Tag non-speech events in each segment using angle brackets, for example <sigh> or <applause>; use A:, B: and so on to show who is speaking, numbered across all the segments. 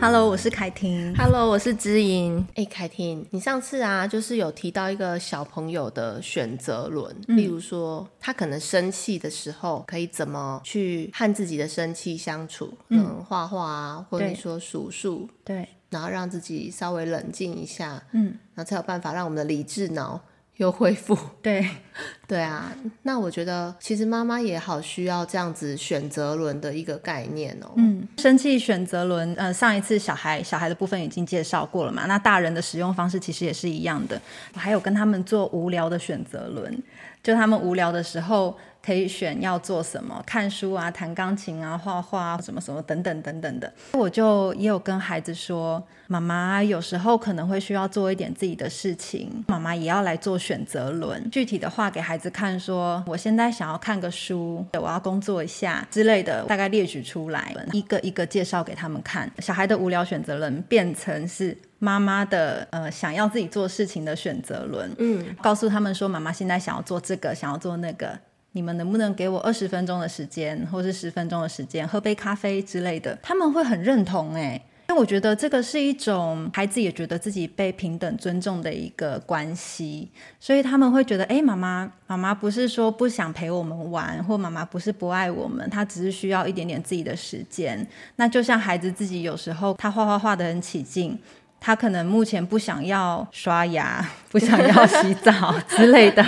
A: Hello，我是凯婷。
B: Hello，我是知音。哎、凯婷，你上次啊，就是有提到一个小朋友的选择论，例如说他可能生气的时候，可以怎么去和自己的生气相处？嗯，画画啊，或者
A: 对
B: 说数数，
A: 对，
B: 然后让自己稍微冷静一下，
A: 嗯，
B: 然后才有办法让我们的理智脑又恢复。 <laughs>
A: 对，
B: 对啊，那我觉得其实妈妈也好需要这样子选择轮的一个概念哦。
A: 嗯，生气选择轮，呃，上一次小孩小孩的部分已经介绍过了嘛，那大人的使用方式其实也是一样的。我还有跟他们做无聊的选择轮，就他们无聊的时候可以选要做什么，看书啊、弹钢琴啊、画画啊、什么什么等等等等的。我就也有跟孩子说，妈妈有时候可能会需要做一点自己的事情，妈妈也要来做选择轮。具体的话给孩子看说，我现在想要看个书，我要工作一下之类的，大概列举出来，一个一个介绍给他们看。小孩的无聊选择轮变成是。妈妈的呃想要自己做事情的选择轮，嗯，告诉他们说妈妈现在想要做这个，想要做那个，你们能不能给我二十分钟的时间，或是十分钟的时间，喝杯咖啡之类的？他们会很认同哎、因为我觉得这个是一种孩子也觉得自己被平等尊重的一个关系，所以他们会觉得，哎、妈妈，妈妈不是说不想陪我们玩，或妈妈不是不爱我们，她只是需要一点点自己的时间。那就像孩子自己有时候他画画画的很起劲，他可能目前不想要刷牙，不想要洗澡之类的，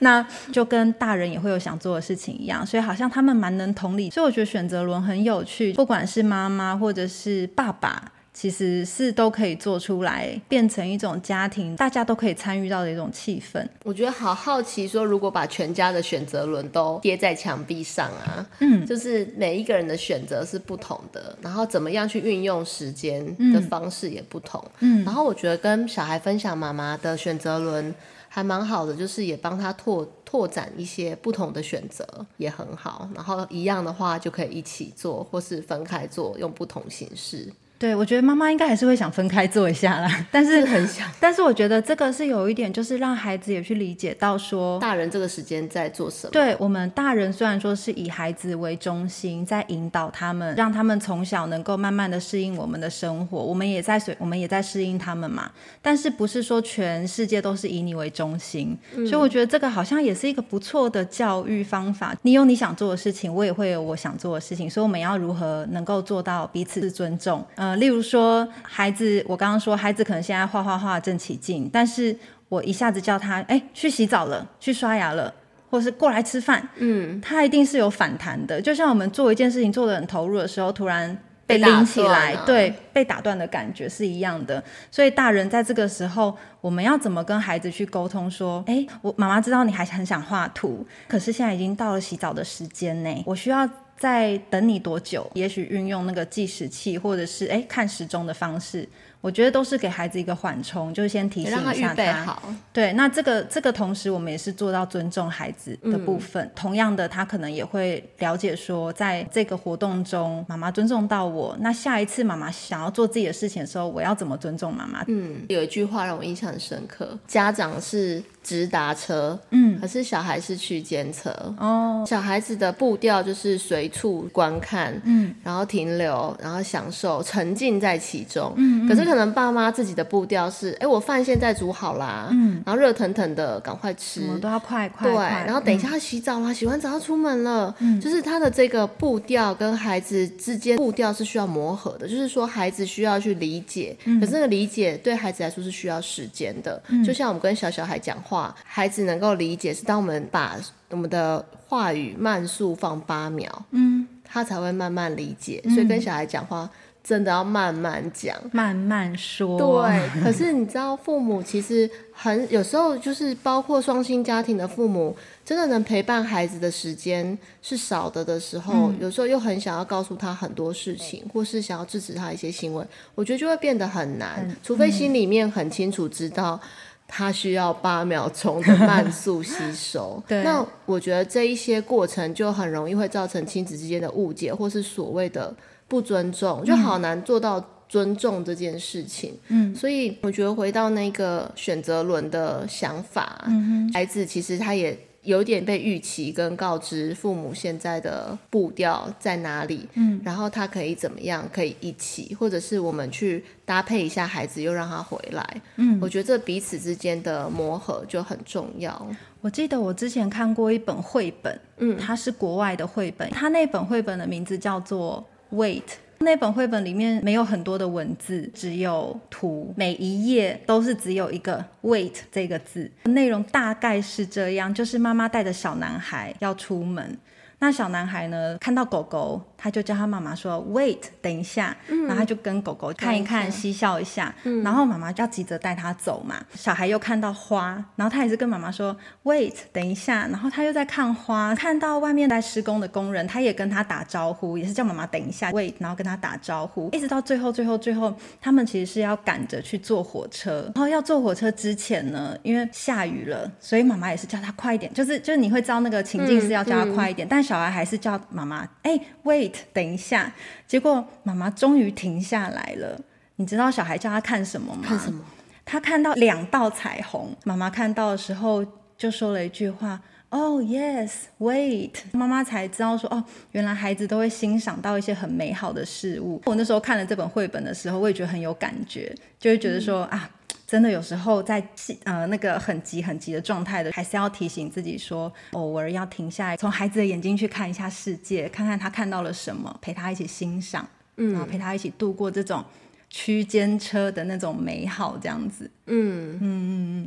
A: 那就跟大人也会有想做的事情一样，所以好像他们蛮能同理。所以我觉得选择轮很有趣，不管是妈妈或者是爸爸。其实是都可以做出来，变成一种家庭大家都可以参与到的一种气氛。
B: 我觉得好好奇，说如果把全家的选择轮都贴在墙壁上啊，嗯，就是每一个人的选择是不同的，然后怎么样去运用时间的方式也不同，嗯，然后我觉得跟小孩分享妈妈的选择轮还蛮好的，就是也帮他拓拓展一些不同的选择也很好，然后一样的话就可以一起做，或是分开做，用不同形式，
A: 对，我觉得妈妈应该还是会想分开做一下啦，但是 <laughs>
B: 很想
A: 但是我觉得这个是有一点，就是让孩子也去理解到说，
B: 大人这个时间在做什么。
A: 对我们大人虽然说是以孩子为中心，在引导他们，让他们从小能够慢慢的适应我们的生活，我们也在随我们也在适应他们嘛。但是不是说全世界都是以你为中心？所以我觉得这个好像也是一个不错的教育方法。你有你想做的事情，我也会有我想做的事情，所以我们要如何能够做到彼此尊重？呃，例如说孩子，我刚刚说孩子可能现在画画画得正起劲，但是。我一下子叫他，哎、去洗澡了，去刷牙了，或是过来吃饭，嗯，他一定是有反弹的。就像我们做一件事情做的很投入的时候，突然被
B: 被打
A: 拎起来，
B: 断啊
A: 对，被打断的感觉是一样的。所以大人在这个时候，我们要怎么跟孩子去沟通？说，哎，我妈妈知道你还很想画图，可是现在已经到了洗澡的时间呢，我需要。在等你多久？也许运用那个计时器，或者是哎、看时钟的方式，我觉得都是给孩子一个缓冲，就是先提醒
B: 让他
A: 一下
B: 预备好，
A: 对，那这个这个同时，我们也是做到尊重孩子的
B: 嗯
A: 部分。同样的，他可能也会了解说，在这个活动中，妈妈尊重到我，那下一次妈妈想要做自己的事情的时候，我要怎么尊重妈妈？
B: 嗯，有一句话让我印象很深刻，家长是直达车，嗯，可是小孩是区间车。哦，小孩子的步调就是随处观看，嗯，然后停留，然后享受，沉浸在其中。嗯可是可能爸妈自己的步调是，哎，我饭现在煮好啦，嗯，然后热腾腾的，赶快吃
A: 什。么都要快快
B: 对，
A: 快。嗯
B: 然后等一下要洗澡啦，洗完澡要出门了，就是他的这个步调跟孩子之间步调是需要磨合的，就是说孩子需要去理解，
A: 嗯
B: 可是那个理解对孩子来说是需要时间的。就像我们跟小小孩讲话，孩子能够理解是当我们把我们的话语慢速放八秒，嗯，他才会慢慢理解。
A: 嗯
B: 所以跟小孩讲话真的要慢慢讲，
A: 慢慢说。，。
B: 对，可是你知道，父母其实很有时候就是包括双薪家庭的父母，真的能陪伴孩子的时间是少的的时候，有时候又很想要告诉他很多事情，或是想要制止他一些行为，我觉得就会变得很难，除非心里面很清楚知道。他需要八秒钟的慢速吸收 <laughs>
A: 对
B: 那我觉得这一些过程就很容易会造成亲子之间的误解，或是所谓的不尊重，就好难做到尊重这件事情。嗯，所以我觉得回到那个选择轮的想法，嗯、孩子其实他也有点被预期跟告知父母现在的步调在哪里，嗯，然后他可以怎么样，可以一起，或者是我们去搭配一下孩子，又让他回来，嗯，我觉得这彼此之间的磨合就很重要。
A: 我记得我之前看过一本绘本，嗯，它是国外的绘本，它那本绘本的名字叫做《Wait》。那本绘本里面没有很多的文字，只有图，每一页都是只有一个 “wait” 这个字。内容大概是这样：就是妈妈带着小男孩要出门，那小男孩呢看到狗狗，他就叫他妈妈说 “wait”，等一下，然后他就跟狗狗嗯看一看，嬉笑一下，嗯然后妈妈要急着带他走嘛。小孩又看到花，然后他也是跟妈妈说 “wait”，等一下，然后他又在看花，看到外面在施工的工人，他也跟他打招呼，也是叫妈妈等一下 “wait”，然后跟他打招呼，一直到最后，最后，最后，他们其实是要赶着去坐火车，然后要坐火车之前呢，因为下雨了，所以妈妈也是叫他快一点，就是就是你会知道那个
B: 嗯
A: 情境是要叫他快一点，但小孩还是叫妈妈，哎、w a i t 等一下。结果妈妈终于停下来了，你知道小孩叫他看什么吗？
B: 看什么？
A: 他看到两道彩虹，妈妈看到的时候就说了一句话。Oh yes, wait！妈妈才知道说，哦，原来孩子都会欣赏到一些很美好的事物。我那时候看了这本绘本的时候，我也觉得很有感觉，就会觉得说、
B: 嗯
A: 啊，真的有时候在气呃那个很急很急的状态的，还是要提醒自己说，偶尔要停下来，从孩子的眼睛去看一下世界，看看他看到了什么，陪他一起欣赏，嗯，然后陪他一起度过这种区间车的那种美好，这样子。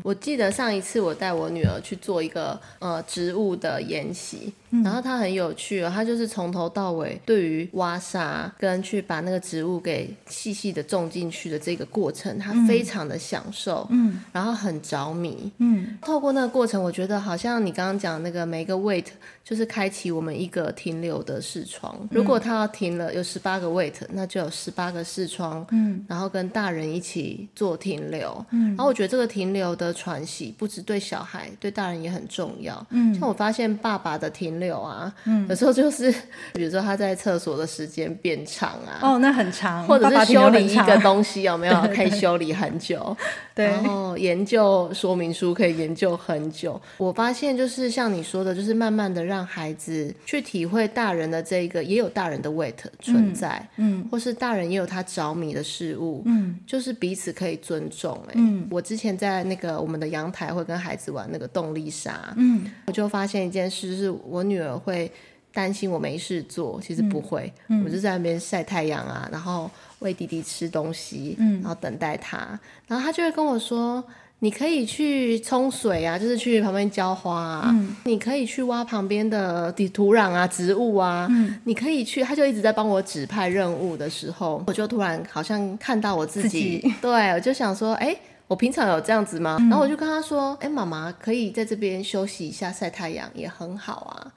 B: 我记得上一次我带我女儿去做一个呃植物的研习，然后她很有趣哦，她就是从头到尾对于挖沙跟去把那个植物给细细的种进去的这个过程，她非常的享受，嗯，然后很着迷，嗯，透过那个过程，我觉得好像你刚刚讲那个每一个 wait 就是开启我们一个停留的视
A: 嗯
B: 窗，如果她要停了有十八个 wait，那就有十八个视窗，嗯，然后跟大人一起做停留，嗯，然后我觉得这个停留的喘息，不止对小孩，对大人也很重要。嗯，像我发现爸爸的停留啊，嗯，有时候就是， <laughs> 比如说他在厕所的时间变长啊，
A: 哦，那很长，
B: 或者
A: 爸爸
B: 是
A: 停留
B: 修
A: 很
B: 理一个
A: 长
B: 东西有没有可以修理很久？ <laughs>
A: 对
B: 然后研究说明书可以研究很久。我发现就是像你说的，就是慢慢的让孩子去体会大人的这一个，也有大人的 weight 存在，嗯，或是大人也有他着迷的事物，嗯，就是彼此可以尊重、欸。嗯，我之前在那个我们的阳台会跟孩子玩那个动力沙，嗯，我就发现一件事，就是我女儿会。担心我没事做，其实不会，我就在那边晒太阳啊，然后喂弟弟吃东西，然后等待他，然后他就会跟我说。你可以去冲水啊，就是去旁边浇花啊。你可以去挖旁边的地土壤啊、植物啊。你可以去，他就一直在帮我指派任务的时候，我就突然好像看到我自己，
A: 自己
B: 对我就想说，哎、我平常有这样子吗？然后我就跟他说：“哎、妈妈，可以在这边休息一下，晒太阳也很好啊。”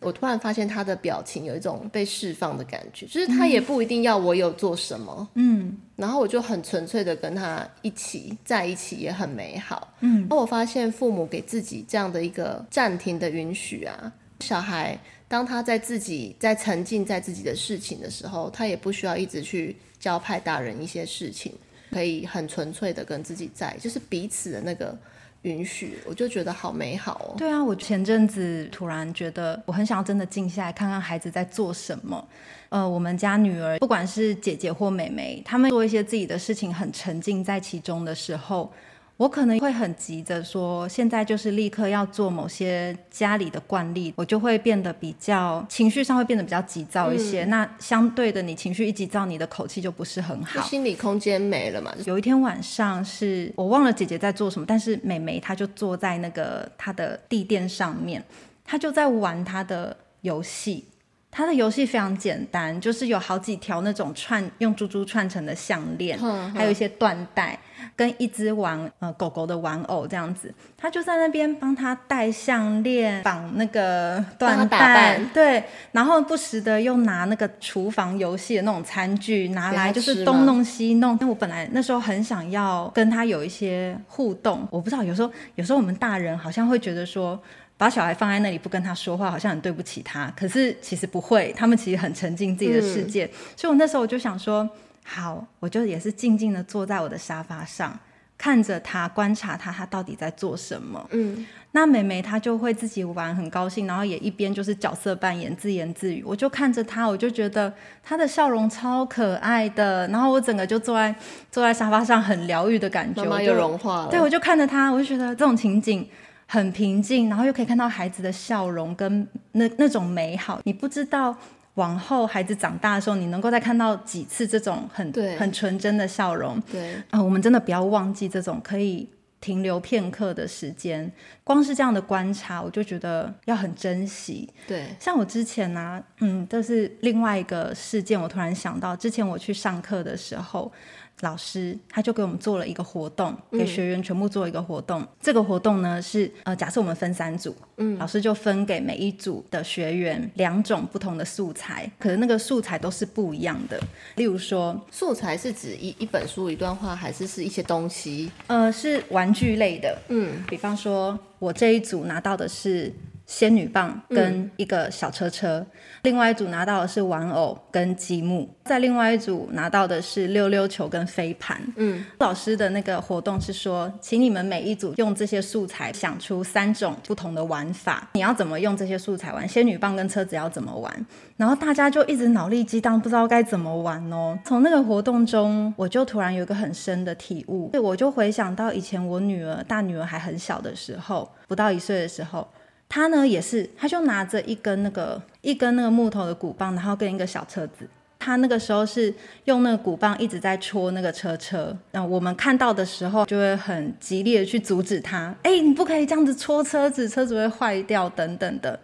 B: 我突然发现他的表情有一种被释放的感觉，就是他也不一定要我有做什么，
A: 嗯，
B: 然后我就很纯粹的跟他一起在一起，也很美好，嗯。然后我发现父母给自己这样的一个暂停的允许啊，小孩当他在自己在沉浸在自己的事情的时候，他也不需要一直去教派大人一些事情，可以很纯粹的跟自己在，就是彼此的那个允许，我就觉得好美好哦。
A: 对啊，我前阵子突然觉得我很想要真的静下来看看孩子在做什么。呃，我们家女儿不管是姐姐或妹妹，她们做一些自己的事情，很沉浸在其中的时候，我可能会很急着说，现在就是立刻要做某些家里的惯例，我就会变得比较情绪上会变得比较急躁一些。那相对的，你情绪一急躁，你的口气就不是很
B: 就
A: 好。
B: 心理空间没了嘛，就是
A: 有一天晚上是我忘了姐姐在做什么，但是美眉她就坐在那个她的地垫上面，她就在玩她的游戏。她的游戏非常简单，就是有好几条那种串用珠珠串成的项链，
B: 哼
A: 还有一些缎带，跟一只玩呃狗狗的玩偶这样子。她就在那边帮她戴项链、绑那个
B: 帮她
A: 缎
B: 打
A: 带
B: 扮，
A: 对，然后不时的又拿那个厨房游戏的那种餐具拿
B: 给
A: 来，
B: 她
A: 就是
B: 吃
A: 东
B: 吗
A: 弄西弄。但我本来那时候很想要跟他有一些互动，我不知道有时候有时候我们大人好像会觉得说。把小孩放在那里不跟他说话，好像很对不起他。可是其实不会，他们其实很沉浸自己的
B: 嗯
A: 世界。所以我那时候我就想说，好，我就也是静静的坐在我的沙发上，看着他，观察他，他到底在做什么。
B: 嗯，
A: 那美眉她就会自己玩，很高兴，然后也一边就是角色扮演，自言自语。我就看着她，我就觉得她的笑容超可爱的，然后我整个就坐在坐在沙发上，很疗愈的感觉。
B: 妈妈
A: 我
B: 又
A: 就
B: 融化了。
A: 对，我就看着他，我就觉得这种情景很平静，然后又可以看到孩子的笑容跟那那种美好。你不知道往后孩子长大的时候，你能够再看到几次这种很
B: 对
A: 很纯真的笑容。
B: 对
A: 啊、我们真的不要忘记这种可以停留片刻的时间。光是这样的观察，我就觉得要很珍惜。
B: 对
A: 像我之前呢、啊，嗯，这是另外一个事件，我突然想到，之前我去上课的时候，老师他就给我们做了一个活动，给学员全部做一个活动。这个活动呢是呃，假设我们分三组，嗯，老师就分给每一组的学员两种不同的素材，可是那个素材都是不一样的。例如说，
B: 素材是指一一本书、一段话，还是是一些东西？
A: 呃，是玩具类的，
B: 嗯，
A: 比方说，我这一组拿到的是仙女棒
B: 嗯
A: 跟一个小车车，另外一组拿到的是玩偶跟积木，在另外一组拿到的是溜溜球跟飞盘。
B: 嗯，
A: 老师的那个活动是说，请你们每一组用这些素材想出三种不同的玩法，你要怎么用这些素材玩？仙女棒跟车子要怎么玩？然后大家就一直脑力激荡，不知道该怎么玩哦。从那个活动中，我就突然有一个很深的体悟，对我就回想到以前我女儿大女儿还很小的时候，不到一岁的时候，她呢也是，她就拿着一根那个一根那个木头的鼓棒，然后跟一个小车子。她那个时候是用那个鼓棒一直在戳那个车车，那我们看到的时候就会很激烈的去阻止她，哎、你不可以这样子戳车子，车子会坏掉等等的。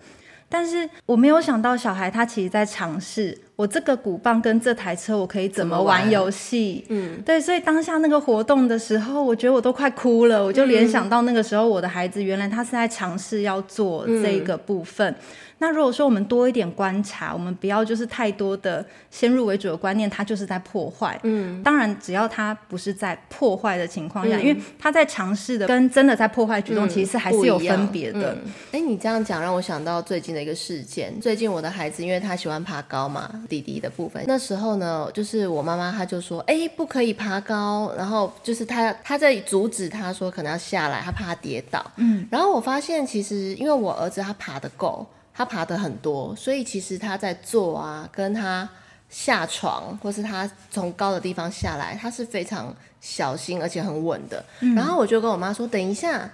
A: 但是我没有想到，小孩他其实在尝试我这个鼓棒跟这台车，我可以怎么玩游戏。嗯，对，所以当下那个活动的时候，我觉得我都快哭了，我就联想到那个时候我的孩子原来他是在尝试要做这个部分。那如果说我们多一点观察，我们不要就是太多的先入为主的观念，它就是在破坏。嗯，当然，只要它不是在破坏的情况下，
B: 嗯
A: 因为他在尝试的跟真的在破坏举动，其实还是有
B: 不一样
A: 分别的。
B: 嗯哎、你这样讲让我想到最近的一个事件。最近我的孩子，因为他喜欢爬高嘛，弟弟的部分，那时候呢，就是我妈妈她就说，哎、不可以爬高，然后就是她她在阻止他说可能要下来，她怕他跌倒。嗯，然后我发现其实因为我儿子他爬得够，他爬得很多，所以其实他在坐啊，跟他。下床，或是他从高的地方下来，他是非常小心而且很稳的。然后我就跟我妈说：“等一下，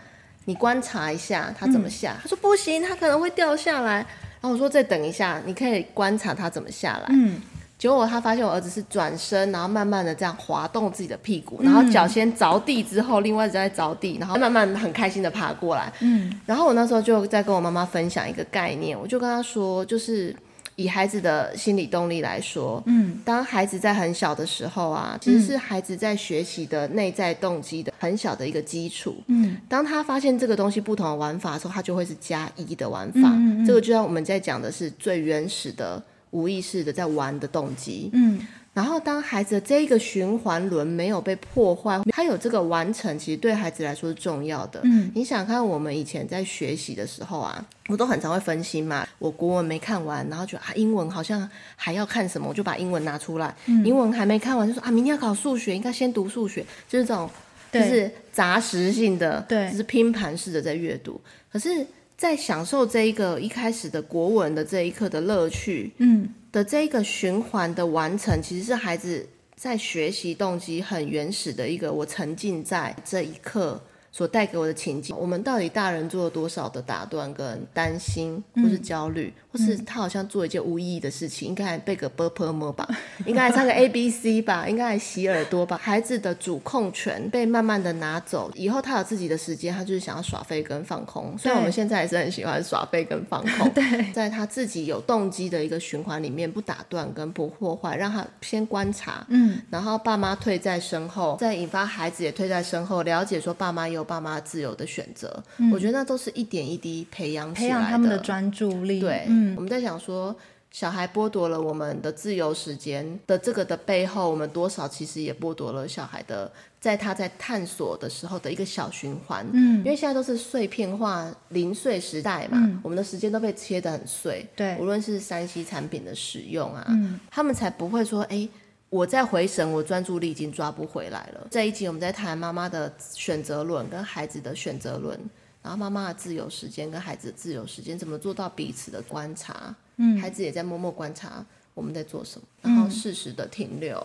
B: 你观察一下他怎么下。他说不行，他可能会掉下来。然后我说再等一下，你可以观察他怎么下来。
A: 嗯，
B: 结果他发现我儿子是转身，然后慢慢的这样滑动自己的屁股，然后脚先着地之后，另外一只在着地，然后慢慢很开心的爬过来。
A: 嗯，
B: 然后我那时候就在跟我妈妈分享一个概念，我就跟她说，就是以孩子的心理动力来说，
A: 嗯，
B: 当孩子在很小的时候啊，其实是孩子在学习的内在动机的很小的一个基础，
A: 嗯，
B: 当他发现这个东西不同的玩法的时候，他就会是加一的玩法，
A: 嗯嗯嗯
B: 这个就像我们在讲的是最原始的。无意识的在玩的动机，
A: 嗯
B: 然后当孩子的这一个循环轮没有被破坏，他有这个完成，其实对孩子来说是重要的。
A: 嗯，
B: 你想看我们以前在学习的时候啊，我都很常会分心嘛，我国文没看完，然后觉得啊英文好像还要看什么，我就把英文拿出来，英文还没看完就说啊明天要考数学，应该先读数学，就是这种就
A: 对
B: 是杂食性的，
A: 对
B: 就是拼盘式的在阅读，可是。在享受这一个一开始的国文的这一刻的乐趣，
A: 嗯，
B: 的这一个循环的完成，其实是孩子在学习动机很原始的一个，我沉浸在这一刻所带给我的情境。我们到底大人做了多少的打断跟担心，或是焦虑，或是他好像做一件无意义的事情，应该还背个 b p m 吧，应该还唱个 a b c 吧，应该还洗耳朵吧。孩子的主控权被慢慢的拿走，以后他有自己的时间，他就是想要耍废跟放空。虽然我们
A: 对
B: 现在还是很喜欢耍废跟放空，
A: 对，
B: 在他自己有动机的一个循环里面，不打断跟不破坏，让他先观察，
A: 嗯，
B: 然后爸妈退在身后，再引发孩子也退在身后，了解说爸妈也有爸妈自由的选择。我觉得那都是一点一滴培养起
A: 嗯培
B: 来
A: 养他们的专注力。
B: 对，
A: 嗯
B: 我们在想说。小孩剥夺了我们的自由时间的这个的背后，我们多少其实也剥夺了小孩的，在他在探索的时候的一个小循环。
A: 嗯
B: 因为现在都是碎片化、零碎时代嘛，我们的时间都被切得很碎。
A: 对
B: 无论是三 C 产品的使用啊，
A: 嗯
B: 他们才不会说，哎、我在回神，我专注力已经抓不回来了。这一集我们在谈妈妈的选择论跟孩子的选择论，然后妈妈的自由时间跟孩子的自由时间怎么做到彼此的观察，嗯，孩子也在默默观察我们在做什么，然后适时的停留。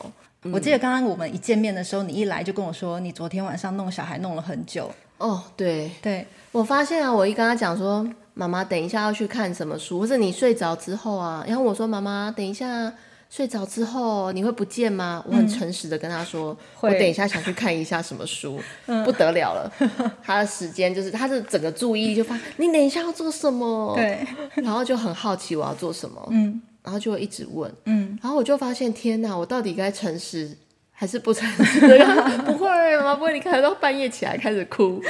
A: 我记得刚刚我们一见面的时候，你一来就跟我说，你昨天晚上弄小孩弄了很久。
B: 哦，对
A: 对，
B: 我发现啊，我一跟他讲说，妈妈等一下要去看什么书，或者你睡着之后啊，然后我说妈妈等一下。睡着之后你会不见吗？我很诚实的跟他说，
A: 嗯会嗯
B: 我等一下想去看一下什么
A: <laughs>
B: 书，不得了了。他的时间就是他的整个注意力就发，你等一下要做什么？
A: 对，
B: 然后就很好奇我要做什么，嗯，然后就会一直问，嗯，然后我就发现天哪，我到底该诚实还是不诚实？ <laughs> 不会吗？不会，你看到半夜起来开始哭，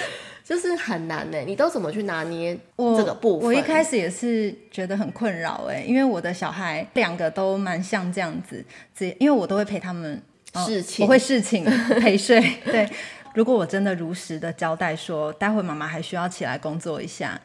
B: 就是很难呢。你都怎么去拿捏
A: 我
B: 这个部分？
A: 我一开始也是觉得很困扰哎、因为我的小孩两个都蛮像这样子，只因为我都会陪他们呃
B: 事情
A: 我会事
B: <laughs>
A: 情陪睡。对，如果我真的如实的交代说，待会妈妈还需要起来工作一下。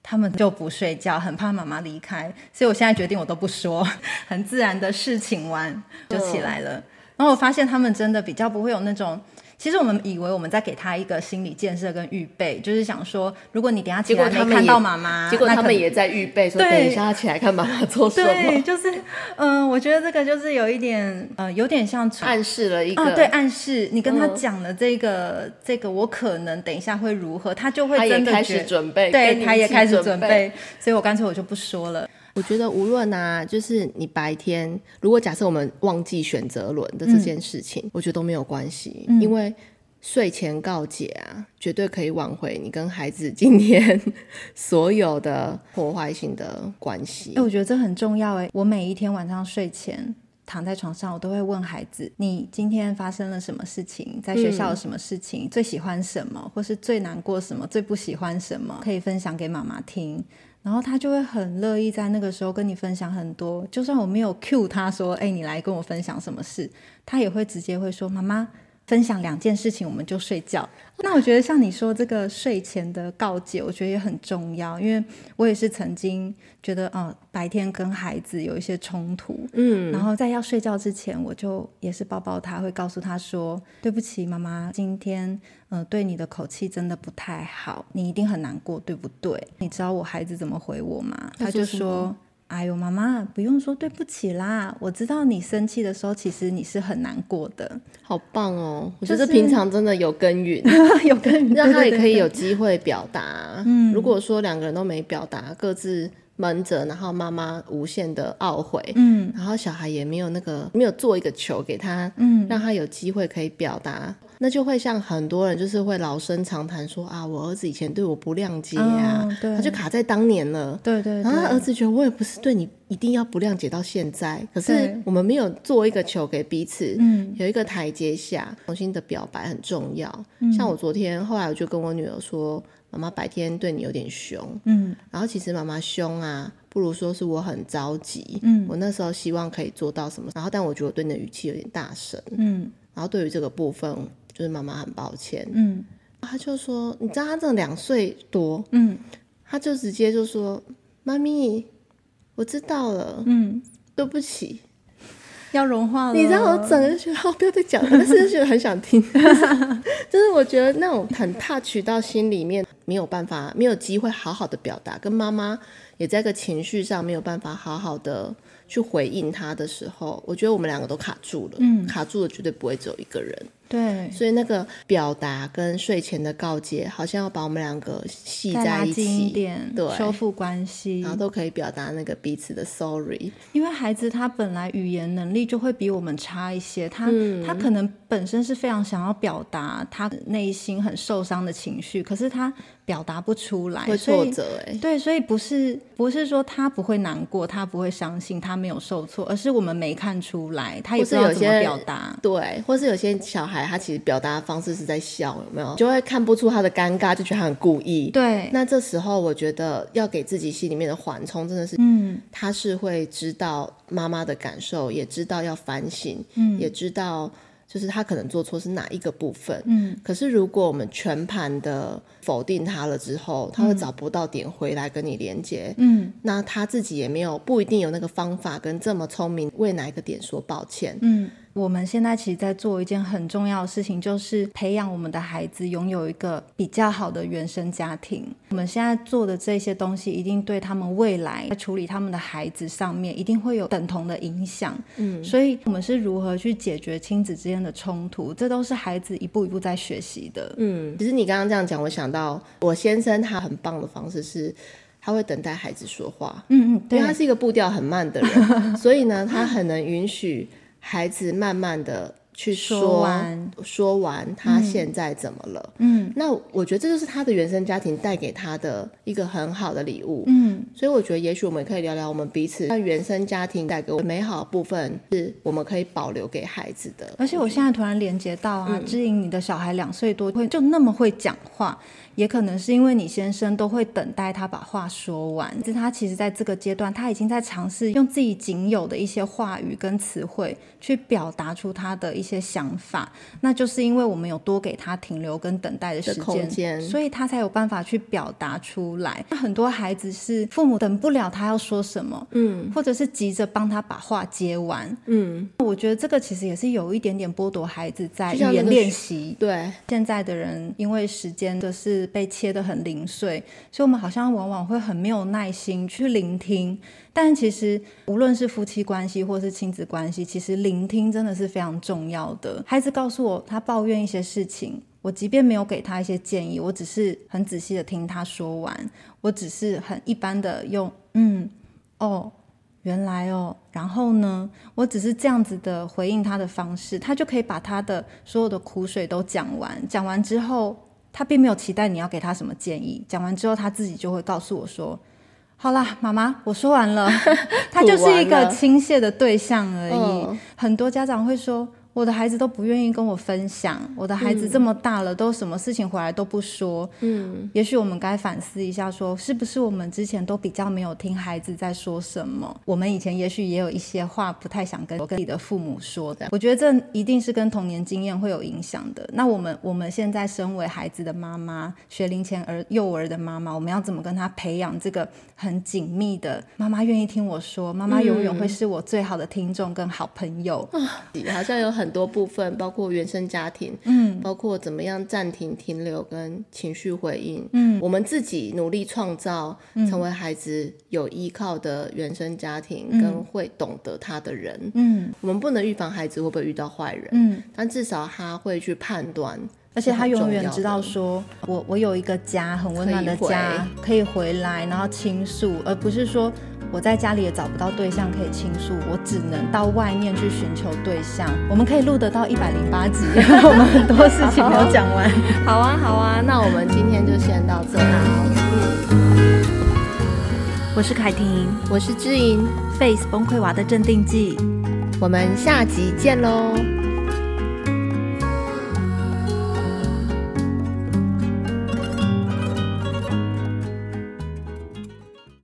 A: 他们就不睡觉，很怕妈妈离开，所以我现在决定我都不说， <laughs> 很自然的事情
B: 嗯
A: 完就起来了。然后我发现他们真的比较不会有那种，其实我们以为我们在给他一个心理建设跟预备，就是想说，如果你等一下起
B: 结
A: 来
B: 果他
A: 没
B: 们
A: 看
B: 也
A: 到妈妈，
B: 结果
A: 那
B: 他
A: 可
B: 们
A: 能
B: 也在预备说，
A: 对
B: 等一下要起来看妈妈做什
A: 对，
B: 么，
A: 就是嗯、我觉得这个就是有一点呃，有点像传。
B: 暗示了一
A: 啊，
B: 个，
A: 对，
B: 嗯
A: 暗示你跟他讲了这个、这个，我可能等一下会如何，他就会
B: 他也
A: 真的
B: 开
A: 觉
B: 始准备，跟
A: 对，
B: 你
A: 他
B: 一
A: 也
B: 起
A: 开始
B: 准
A: 准
B: 备。
A: 备，所以我干脆我就不说了。
B: 我觉得无论啊，就是你白天，如果假设我们忘记选择轮的
A: 嗯
B: 这件事情，我觉得都没有关系，因为睡前告解啊，绝对可以挽回你跟孩子今天 <laughs> 所有的破坏性的关系
A: 哎、。我觉得这很重要哎。我每一天晚上睡前躺在床上，我都会问孩子：你今天发生了什么事情？在学校有什么事情？最喜欢什么，或是最难过什么？最不喜欢什么？可以分享给妈妈听。然后他就会很乐意在那个时候跟你分享很多，就算我没有 cue 他说：“哎、你来跟我分享什么事？”他也会直接会说：“妈妈，分享两件事情，我们就睡觉。”那我觉得像你说这个睡前的告解，我觉得也很重要，因为我也是曾经觉得，哦、白天跟孩子有一些冲突，嗯，然后在要睡觉之前，我就也是抱抱他，会告诉他说：“对不起，妈妈，今天嗯、呃对你的口气真的不太好，你一定很难过，对不对？你知道我孩子怎么回我吗？”
B: 他
A: 他
B: 说
A: 就
B: 什么
A: 说。哎呦，妈妈，不用说对不起啦！我知道你生气的时候，其实你是很难过的，
B: 好棒哦！我
A: 就
B: 觉
A: 是
B: 得平常真的有耕耘，
A: 有跟
B: <laughs> 让他
A: <laughs>
B: 也
A: 对对对
B: 可以
A: 对
B: 有机会表达。嗯，如果说两个人都没表达，各自闷着，然后妈妈无限的懊悔，嗯，然后小孩也没有那个没有做一个球给他，嗯，让他有机会可以表达，那就会像很多人就是会老生常谈说啊，我儿子以前对我不谅解啊，
A: 嗯对
B: 他就啊卡在当年了。
A: 对对
B: 然后他儿
A: 对，
B: 子觉得我也不是对你一定要不谅解到现在，可是
A: 对
B: 我们没有做一个球给彼此，
A: 嗯
B: 有一个台阶下，重新的表白很重要。
A: 嗯
B: 像我昨天后来我就跟我女儿说，妈妈白天对你有点凶，
A: 嗯
B: 然后其实妈妈凶啊，不如说是我很着急，
A: 嗯
B: 我那时候希望可以做到什么，然后但我觉得我对你的语气有点大声，
A: 嗯
B: 然后对于这个部分就是妈妈很抱歉。
A: 嗯
B: 她就说，你知道她这两岁多，
A: 嗯
B: 她就直接就说，妈咪，我知道了，
A: 嗯，
B: 对不起。
A: 要融化了。
B: 你知道我整个就觉得哦，不要再讲了，但是就觉得很想
A: <laughs>
B: 听，就是我觉得那种很 touch 到心里面，没有办法，没有机会好好的表达，跟妈妈也在一个情绪上没有办法好好的去回应他的时候，我觉得我们两个都卡住了，嗯，卡住了绝对不会只有一个人，
A: 对，
B: 所以那个表达跟睡前的告诫，好像要把我们两个系
A: 再
B: 在
A: 拉
B: 一
A: 近一
B: 起，
A: 点，
B: 对
A: 修复关系
B: 然。后都可以表达那个彼此的 sorry，
A: 因为孩子他本来语言能力就会比我们差一些，他、
B: 嗯
A: 他可能本身是非常想要表达他内心很受伤的情绪，可是他表达不出来，
B: 会
A: 所
B: 挫
A: 以
B: 折哎、
A: 对，所以不是不是说他不会难过，他不会伤心，他没有受挫，而是我们没看出来，他也
B: 或
A: 不
B: 是
A: 知道
B: 有
A: 怎么
B: 些
A: 表达。
B: 对，或是有些小孩他其实表达的方式是在笑，有没有？就会看不出他的尴尬，就觉得他很故意。
A: 对，
B: 那这时候我觉得要给自己心里面的缓冲，真的是，
A: 嗯，
B: 他是会知道妈妈的感受，也知道要反省，嗯，也知道就是他可能做错是哪一个部分，嗯。可是如果我们全盘的否定他了之后，他会找不到点回来跟你连接，
A: 嗯
B: 那他自己也没有不一定有那个方法跟这么聪明为哪一个点说抱歉，
A: 嗯，我们现在其实在做一件很重要的事情，就是培养我们的孩子拥有一个比较好的原生家庭。我们现在做的这些东西，一定对他们未来在处理他们的孩子上面，一定会有等同的影响。嗯，所以我们是如何去解决亲子之间的冲突，这都是孩子一步一步在学习的。
B: 嗯，其实你刚刚这样讲，我想到我先生他很棒的方式是，他会等待孩子说话，
A: 嗯嗯，
B: 因
A: 对
B: 为他是一个步调很慢的人，
A: <laughs>
B: 所以呢，他很能允许孩子慢慢的去说
A: 说完，
B: 说完他现在怎么了。
A: 嗯
B: 那我觉得这就是他的原生家庭带给他的一个很好的礼物。
A: 嗯，
B: 所以我觉得，也许我们可以聊聊我们彼此那原生家庭带给我们美好的部分，是我们可以保留给孩子的。
A: 而且我现在突然连接到啊，知莹，你的小孩两岁多会就那么会讲话，也可能是因为你先生都会等待他把话说完。但是他其实在这个阶段，他已经在尝试用自己仅有的一些话语跟词汇去表达出他的一些想法。那就是因为我们有多给他停留跟等待的时
B: 的空
A: 间，
B: 间
A: 所以他才有办法去表达出来。那很多孩子是父母等不了他要说什么，嗯，或者是急着帮他把话接完，
B: 嗯
A: 我觉得这个其实也是有一点点剥夺孩子在语
B: 就像那
A: 言
B: 个
A: 练习。
B: 对，
A: 现在的人因为时间的是被切得很零碎，所以我们好像往往会很没有耐心去聆听。但其实无论是夫妻关系或是亲子关系，其实聆听真的是非常重要的。孩子告诉我他抱怨一些事情，我即便没有给他一些建议，我只是很仔细的听他说完，我只是很一般的用嗯哦。原来哦，然后呢，我只是这样子的回应他的方式，他就可以把他的所有的苦水都讲完。讲完之后，他并没有期待你要给他什么建议。讲完之后，他自己就会告诉我说：“好啦，妈妈，我说完了。”他就是一
B: 吐完
A: 个
B: 了
A: 倾泻的对象而已。
B: 嗯
A: 很多家长会说。我的孩子都不愿意跟我分享，我的孩子这么大了，都什么事情回来都不说。嗯，也许我们该反思一下说是不是我们之前都比较没有听孩子在说什么？我们以前也许也有一些话不太想跟我跟自己的父母说的。我觉得这一定是跟童年经验会有影响的。那我们我们现在身为孩子的妈妈，学龄前儿幼儿的妈妈，我们要怎么跟他培养这个很紧密的妈妈愿意听我说，妈妈永远会是我最好的听众跟好朋友。
B: 好像有很多部分，包括原生家庭，嗯，包括怎么样暂停、停留跟情绪回应，嗯，我们自己努力创造
A: 嗯
B: 成为孩子有依靠的原生家庭，跟会懂得他的人。
A: 嗯
B: 我们不能预防孩子会不会遇到坏人，
A: 嗯，
B: 但至少他会去判断，
A: 而且他永远知道
B: 是
A: 说，我我有一个家，很温暖的
B: 可以回
A: 家，可以回来，然后倾诉，而不是说我在家里也找不到对象可以倾诉，我只能到外面去寻求对象。我们可以录得到一百零八集， <laughs> 我们很多事情没有讲完。
B: 很重要的。好啊，好啊，那我们今天就先到这啦。
A: <laughs> 我是凯婷
B: 我是知音，
A: ，Face 崩溃娃的镇定剂。
B: 我们下集见喽，